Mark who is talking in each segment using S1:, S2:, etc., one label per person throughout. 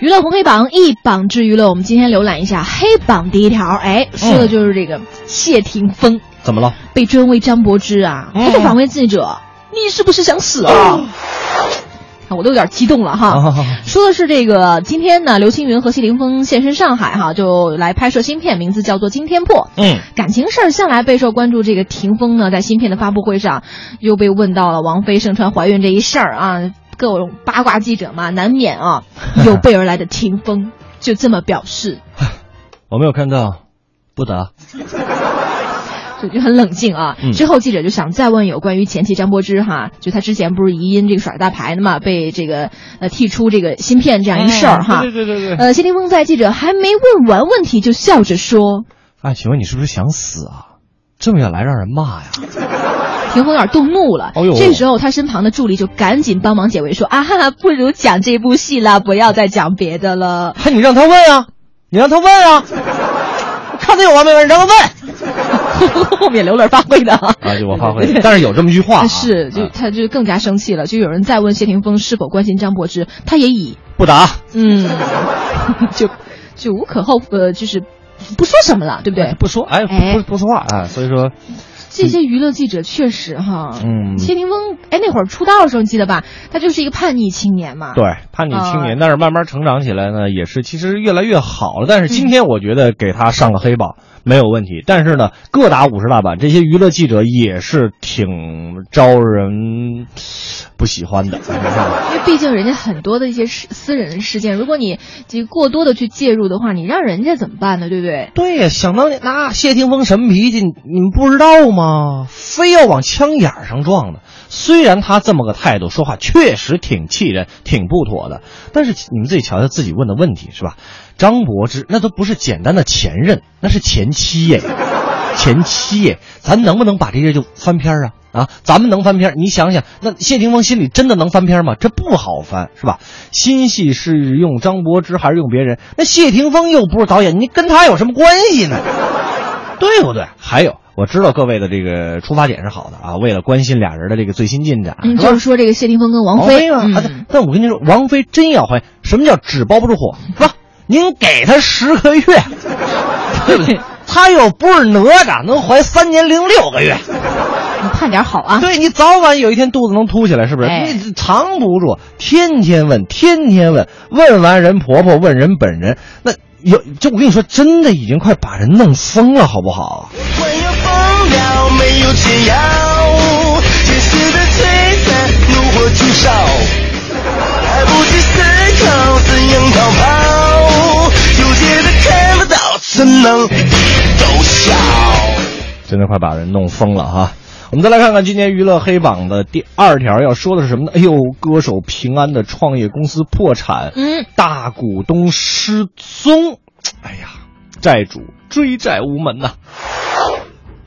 S1: 娱乐红黑榜一榜之娱乐，我们今天浏览一下黑榜第一条，哎，说的就是这个谢霆锋
S2: 怎么了？
S1: 被追问张柏芝啊，他就反问记者：“你是不是想死啊？”啊我都有点激动了
S2: 嗯
S1: 哈。
S2: 啊
S1: 说的是这个，今天呢，刘青云和谢霆锋现身上海哈，就来拍摄新片，名字叫做《惊天破》。
S2: 嗯，
S1: 感情事儿向来备受关注，这个霆锋呢，在新片的发布会上又被问到了王菲盛传怀孕这一事儿啊，各种八卦记者嘛，难免 啊有备而来的霆锋就这么表示，
S2: 我没有看到，不打。
S1: 就就很冷静啊。
S2: 嗯
S1: 之后记者就想再问有关于前妻张柏芝哈，就她之前不是疑因这个耍大牌的嘛，被这个呃剔出这个芯片这样一事儿哈。
S2: 哎对对对对对。
S1: 呃，谢霆锋在记者还没问完问题就笑着说，
S2: 哎，请问你是不是想死啊？这么远来让人骂呀？
S1: 霆锋有点动怒了。
S2: 哦呦
S1: 这时候他身旁的助理就赶紧帮忙解围，说：“啊哈哈，不如讲这部戏了，不要再讲别的了。
S2: 嗨， 你让他问啊，你让他问啊，我看他有完没完，你让他问。”
S1: 后面刘乐发挥的啊
S2: 啊，就我发挥，但是有这么句 话、啊，
S1: 是就
S2: 啊
S1: 他就更加生气了，就有人再问谢霆锋是否关心张柏芝，他也以
S2: 不啊打。
S1: 嗯， 就就无可厚非呃，就是不说什么了，对不对？
S2: 不说，哎，
S1: 哎
S2: 不不不说话啊，所以说，
S1: 这些娱乐记者确实哈，
S2: 嗯
S1: 谢霆锋哎那会儿出道的时候你记得吧？他就是一个叛逆青年嘛，
S2: 对，叛逆青年，但是慢慢成长起来呢，也是其实越来越好了。但是今天我觉得给他上个黑榜没有问题，但是呢，各打五十大板，这些娱乐记者也是挺招人不喜欢的。
S1: 因为毕竟人家很多的一些事私人事件，如果你这过多的去介入的话，你让人家怎么办呢？对不对？
S2: 对呀，想当年那谢霆锋什么脾气，你你们不知道吗？非要往枪眼儿上撞的。虽然他这么个态度说话确实挺气人、挺不妥的，但是你们自己瞧瞧自己问的问题是吧？张柏芝那都不是简单的前任，那是前妻耶，前妻耶，咱能不能把这些就翻篇儿啊？啊，咱们能翻篇儿，你想想，那谢霆锋心里真的能翻篇儿吗？这不好翻，是吧？新戏是用张柏芝还是用别人？那谢霆锋又不是导演，你跟他有什么关系呢？对不对？还有，我知道各位的这个出发点是好的啊，为了关心俩人的这个最新进展，
S1: 嗯，
S2: 是吧
S1: 就是说这个谢霆锋跟王菲，
S2: 嘛、啊
S1: 嗯，
S2: 但我跟您说，王菲真要怀，什么叫纸包不住火？是吧？您给她十个月，对不对？她又不是哪吒，能怀三年零六个月。
S1: 你盼点好啊。
S2: 对你早晚有一天肚子能凸起来，是不是？
S1: 哎
S2: 你藏不住，天天问，天天问，问完人婆婆，问人本人，那有就我跟你说，真的已经快把人弄疯了，好不好？
S3: 快要疯了，没有解药，现实的摧残怒火中烧，来不及思考怎样逃跑，纠结的看不到，怎能逗笑？
S2: 真的快把人弄疯了哈。我们再来看看今年娱乐黑榜的第二条要说的是什么呢？哎呦，歌手平安的创业公司破产，
S1: 嗯，
S2: 大股东失踪，哎呀，债主追债无门呐、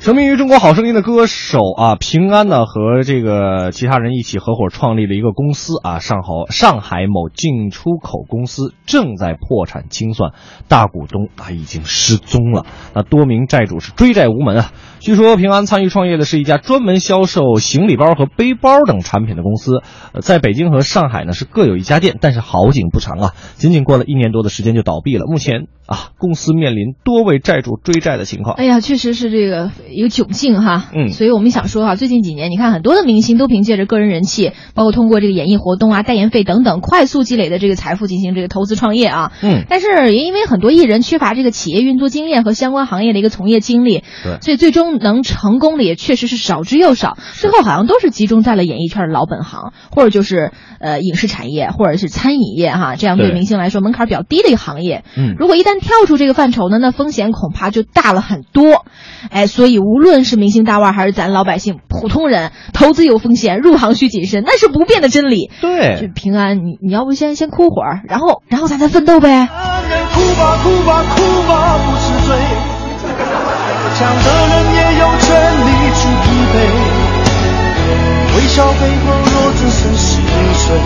S2: 成名于《中国好声音》的歌手啊，平安呢和这个其他人一起合伙创立了一个公司啊，上好上海某进出口公司正在破产清算，大股东啊已经失踪了，那多名债主是追债无门啊。据说平安参与创业的是一家专门销售行李包和背包等产品的公司，呃在北京和上海呢是各有一家店，但是好景不长啊，仅仅过了一年多的时间就倒闭了。目前啊，公司面临多位债主追债的情况
S1: 哎。呀，确实是这个一个窘境哈。
S2: 嗯
S1: 所以我们想说啊哈、最近几年你看很多的明星都凭借着个人人气，包括通过这个演艺活动啊、代言费等等，快速积累的这个财富进行这个投资创业啊。
S2: 嗯，
S1: 但是也因为很多艺人缺乏这个企业运作经验和相关行业的一个从业经历，
S2: 对
S1: 所以最终能成功的也确实是少之又少。最后好像都是集中在了演艺圈的老本行，或者就是呃影视产业，或者是餐饮业哈，这样对
S2: 对
S1: 明星来说门槛比较低的一个行业。
S2: 嗯
S1: 如果一旦跳出这个范畴呢，那风险恐怕就大了很多。哎，所以无论是明星大腕儿还是咱老百姓普通人，投资有风险，入行需谨慎，那是不变的真理。
S2: 对
S1: 就平安，你你要不先先哭会儿，然后然后咱再奋斗呗。
S3: 男人哭吧哭吧哭吧不是罪，强的人也有权利去疲惫。笑背后若只剩薪水，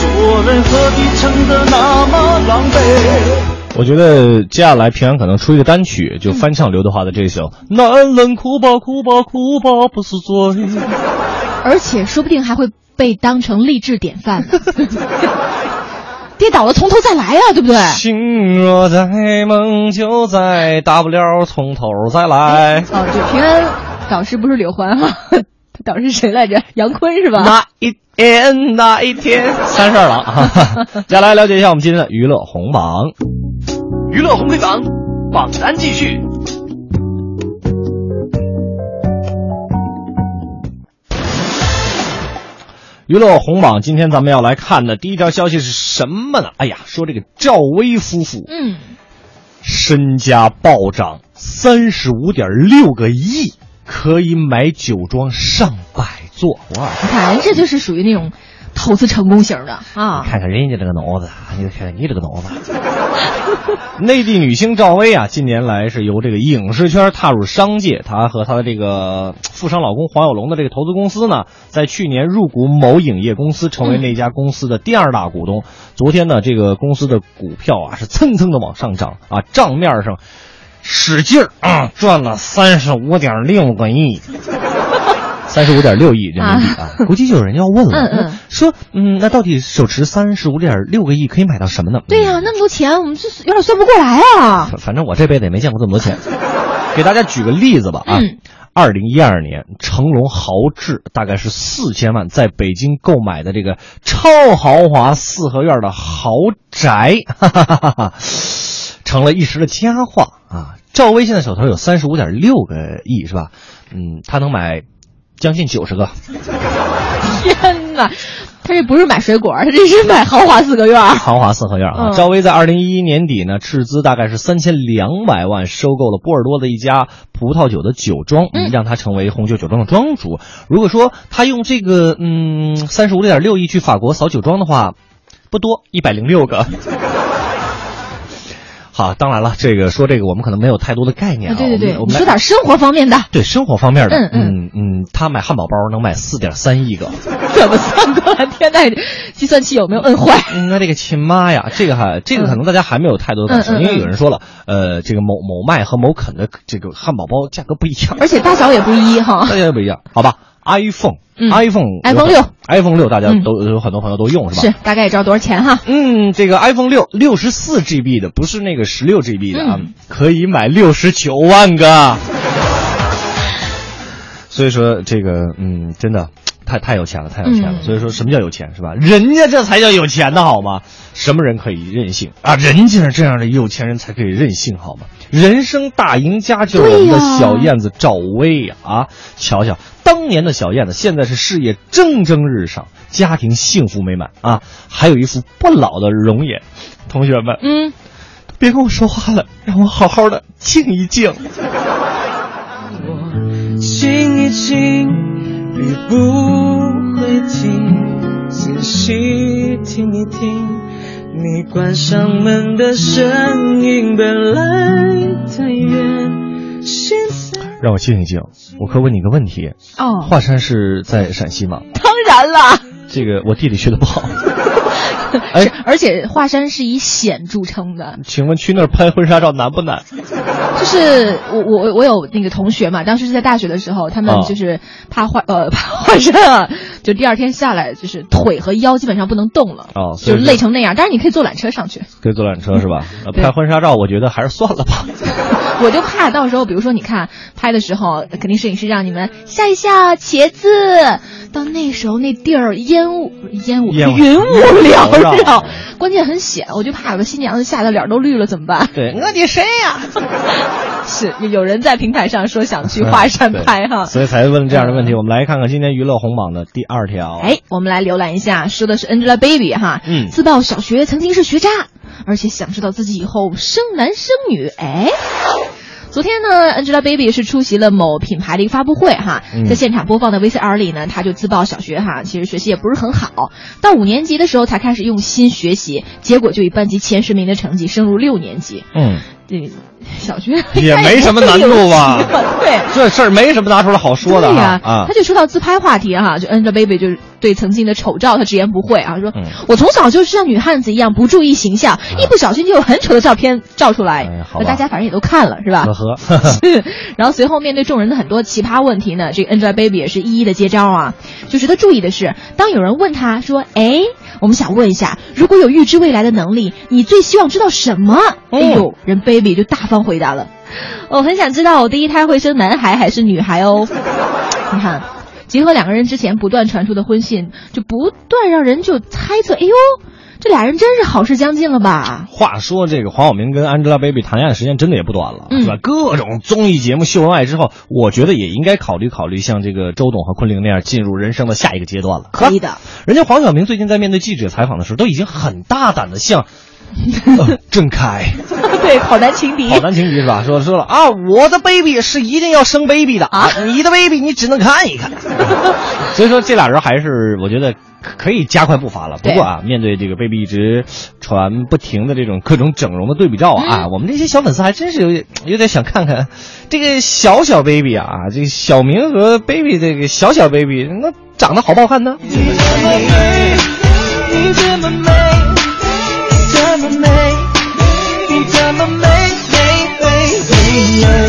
S3: 做人何必撑得那么狼狈？
S2: 我觉得接下来平安可能出一个单曲，就翻唱刘德华的这首《男人哭吧哭吧哭吧不是罪》。
S1: 而且说不定还会被当成励志典范 呢。跌倒了从头再来呀、对不对？
S2: 心若在，梦就在，大不了从头再来。
S1: 哦，对，平安导师不是柳环吗？ 导师谁来着？杨坤是吧？
S2: 那一天，那一天，三十二郎 啊！接下来了解一下我们今天的娱乐红榜。
S4: 娱乐红黑榜榜单继续。
S2: 娱乐红榜，今天咱们要来看的第一条消息是什么呢？哎呀，说这个赵薇夫妇
S1: 嗯，
S2: 身家暴涨，三十五点六个亿，可以买酒庄上百座。哇！
S1: 你看这就是属于那种投资成功型的啊。
S2: 看看人家这个脑子，啊你看你这个脑子。 内地女星赵薇啊，近年来是由这个影视圈踏入商界。她和她的这个富商老公黄有龙的这个投资公司呢，在去年入股某影业公司，成为那家公司的第二大股东。昨天呢，这个公司的股票啊是蹭蹭的往上涨啊，账面上使劲儿啊赚了三十五点六个 亿。三十五点六亿人民币啊，估计就有人要问了，
S1: 嗯嗯
S2: 说，嗯，那到底手持三十五点六个亿可以买到什么呢？嗯
S1: 对呀、那么多钱，我们这有点算不过来啊。
S2: 反反正我这辈子也没见过这么多 钱。给大家举个例子吧啊
S1: 嗯，
S2: 二零一二年，成龙豪掷大概是四千万，在北京购买的这个超豪华四合院的豪宅， 哈哈哈哈哈，成了一时的佳话啊。赵薇现在手头有三十五点六个亿是吧？嗯，她能买将近九十个。
S1: 天哪，他这不是买水果，他这是买豪华四合院儿。
S2: 豪华四合院啊。
S1: 嗯
S2: 赵薇在二零一一年底呢，斥资大概是三千两百万收购了波尔多的一家葡萄酒的酒庄，
S1: 嗯
S2: 让她成为红酒酒庄的庄主。如果说她用这个嗯三十五点六亿去法国扫酒庄的话，不多，一百零六个。 好，当然了，这个说这个我们可能没有太多的概念
S1: 啊
S2: 啊。
S1: 对对对，
S2: 我们我
S1: 你
S2: 们来
S1: 说点生活方面的，
S2: 对生活方面的，
S1: 嗯嗯
S2: 嗯嗯，他买汉堡包能买四点三亿个。
S1: 怎么算过来？天呐，计算器有没有摁坏？
S2: 嗯，那这个亲妈呀，这个还这个可能大家还没有太多的感受，
S1: 嗯嗯嗯嗯
S2: 因为有人说了，呃，这个某某麦和某肯的这个汉堡包价格不一 样，
S1: 而且大小也不一哈
S2: 大。家也不一样，好吧？iPhone，iPhone，iPhone、
S1: 嗯 iPhone
S2: iPhone
S1: 六
S2: ，iPhone 六，大家
S1: 嗯
S2: 都、有很多朋友都用是吧？
S1: 是，大概也知道多少钱哈。
S2: 嗯，这个 iPhone 六六十四 GB 的，不是那个十六 GB 的啊，
S1: 嗯
S2: 可以买六十九万个。所以说这个，嗯，真的太太有钱了，太有钱了。
S1: 嗯
S2: 所以说什么叫有钱是吧？人家这才叫有钱的好吗？什么人可以任性啊？人家这样的有钱人才可以任性好吗？人生大赢家就是我们的
S1: 对呀
S2: 小燕子赵薇呀啊！瞧瞧，当年的小燕子现在是事业蒸蒸日上，家庭幸福美满啊，还有一副不老的容颜。同学们，
S1: 嗯，
S2: 别跟我说话了，让我好好的静一静。
S3: 静一静，雨不会停，仔细听一听，你关上门的声音，本来太远，现在。
S2: 让我静一静，我可问你个问题：
S1: 哦，
S2: 华山是在陕西吗？
S1: 当然啦。
S2: 这个我地理学的不好。 哎
S1: 是，而且华山是以险著称的，
S2: 请问去那儿拍婚纱照难不 难？
S1: 就是我我我有那个同学嘛，当时是在大学的时候，他
S2: 啊
S1: 们就是怕华、呃 怕华山啊，就第二天下来就是腿和腰基本上不能动了，
S2: 哦所
S1: 就
S2: 以说
S1: 累成那样。但是你可以坐缆车上去，
S2: 可以坐缆车是吧？呃
S1: 对
S2: 拍婚纱照，我觉得还是算了吧。
S1: 我就怕到时候，比如说你看拍的时候，肯定摄影师让你们笑一笑茄子，到那时候那地儿烟雾烟雾
S2: 烟雾
S1: 云雾缭
S2: 缭绕
S1: 绕，关键很险，我就怕有的新娘子吓得脸都绿了怎么办？
S2: 对，
S1: 我的谁呀、是有人在平台上说想去华山拍哈、
S2: 所以才问这样的问题。我们来看看今天娱乐红榜的第二条。
S1: 嗯哎，我们来浏览一下，说的是 Angelababy 哈，
S2: 嗯
S1: 自曝小学曾经是学渣，而且想知道自己以后生男生女，哎。昨天呢，Angelababy 是出席了某品牌的一个发布会哈，
S2: 嗯
S1: 在现场播放的 VCR 里呢，她就自曝小学哈，其实学习也不是很好，到五年级的时候才开始用心学习，结果就以班级前十名的成绩升入六年级。
S2: 嗯，
S1: 这小学
S2: 也没什么难度吧
S1: 对。
S2: 这事儿没什么拿出来好说的
S1: 对
S2: 哈
S1: 呀、
S2: 啊
S1: 他，就说到自拍话题哈、就 Angelababy 就是对曾经的丑照她直言不讳啊，说、
S2: 嗯
S1: 我从小就是像女汉子一样不注意形象，一不小心就有很丑的照片照出来，
S2: 哎好吧
S1: 那大家反正也都看了是吧
S2: 呵？ 呵，
S1: 然后随后面对众人的很多奇葩问题呢，这个 Angelababy 也是一一的接招啊。就值得注意的是，当有人问她说：“哎，我们想问一下，如果有预知未来的能力，你最希望知道什么？”哎呦，人 Baby 就大方回答了：“ 我很想知道我第一胎会生男孩还是女孩哦。” 你看。结合两个人之前不断传出的婚讯，就不断让人就猜测，哎呦，这俩人真是好事将近了吧？
S2: 话说这个黄晓明跟 Angelababy 谈恋爱时间真的也不短了，
S1: 嗯
S2: 是吧？各种综艺节目秀恩爱之后，我觉得也应该考虑考虑像这个周董和昆凌那样进入人生的下一个阶段了。啊
S1: 可以的，
S2: 人家黄晓明最近在面对记者采访的时候，都已经很大胆的向 呃郑恺
S1: 对，好男情敌啊
S2: 跑男情敌是吧？说说了啊，我的 baby 是一定要生 baby 的 啊，你的 baby 你只能看一看。 所以说这俩人还是我觉得可可以加快步伐了。不
S1: 对
S2: 过啊，面对这个 baby 一直传不停的这种各种整容的对比照啊，我们这些小粉丝还真是有点有点想看看这个小小 baby 啊，这个小明和 baby 这个小小 baby 那长得好不好看呢？
S3: 你这么美，你这么美，这么美，你这么美，美美美美。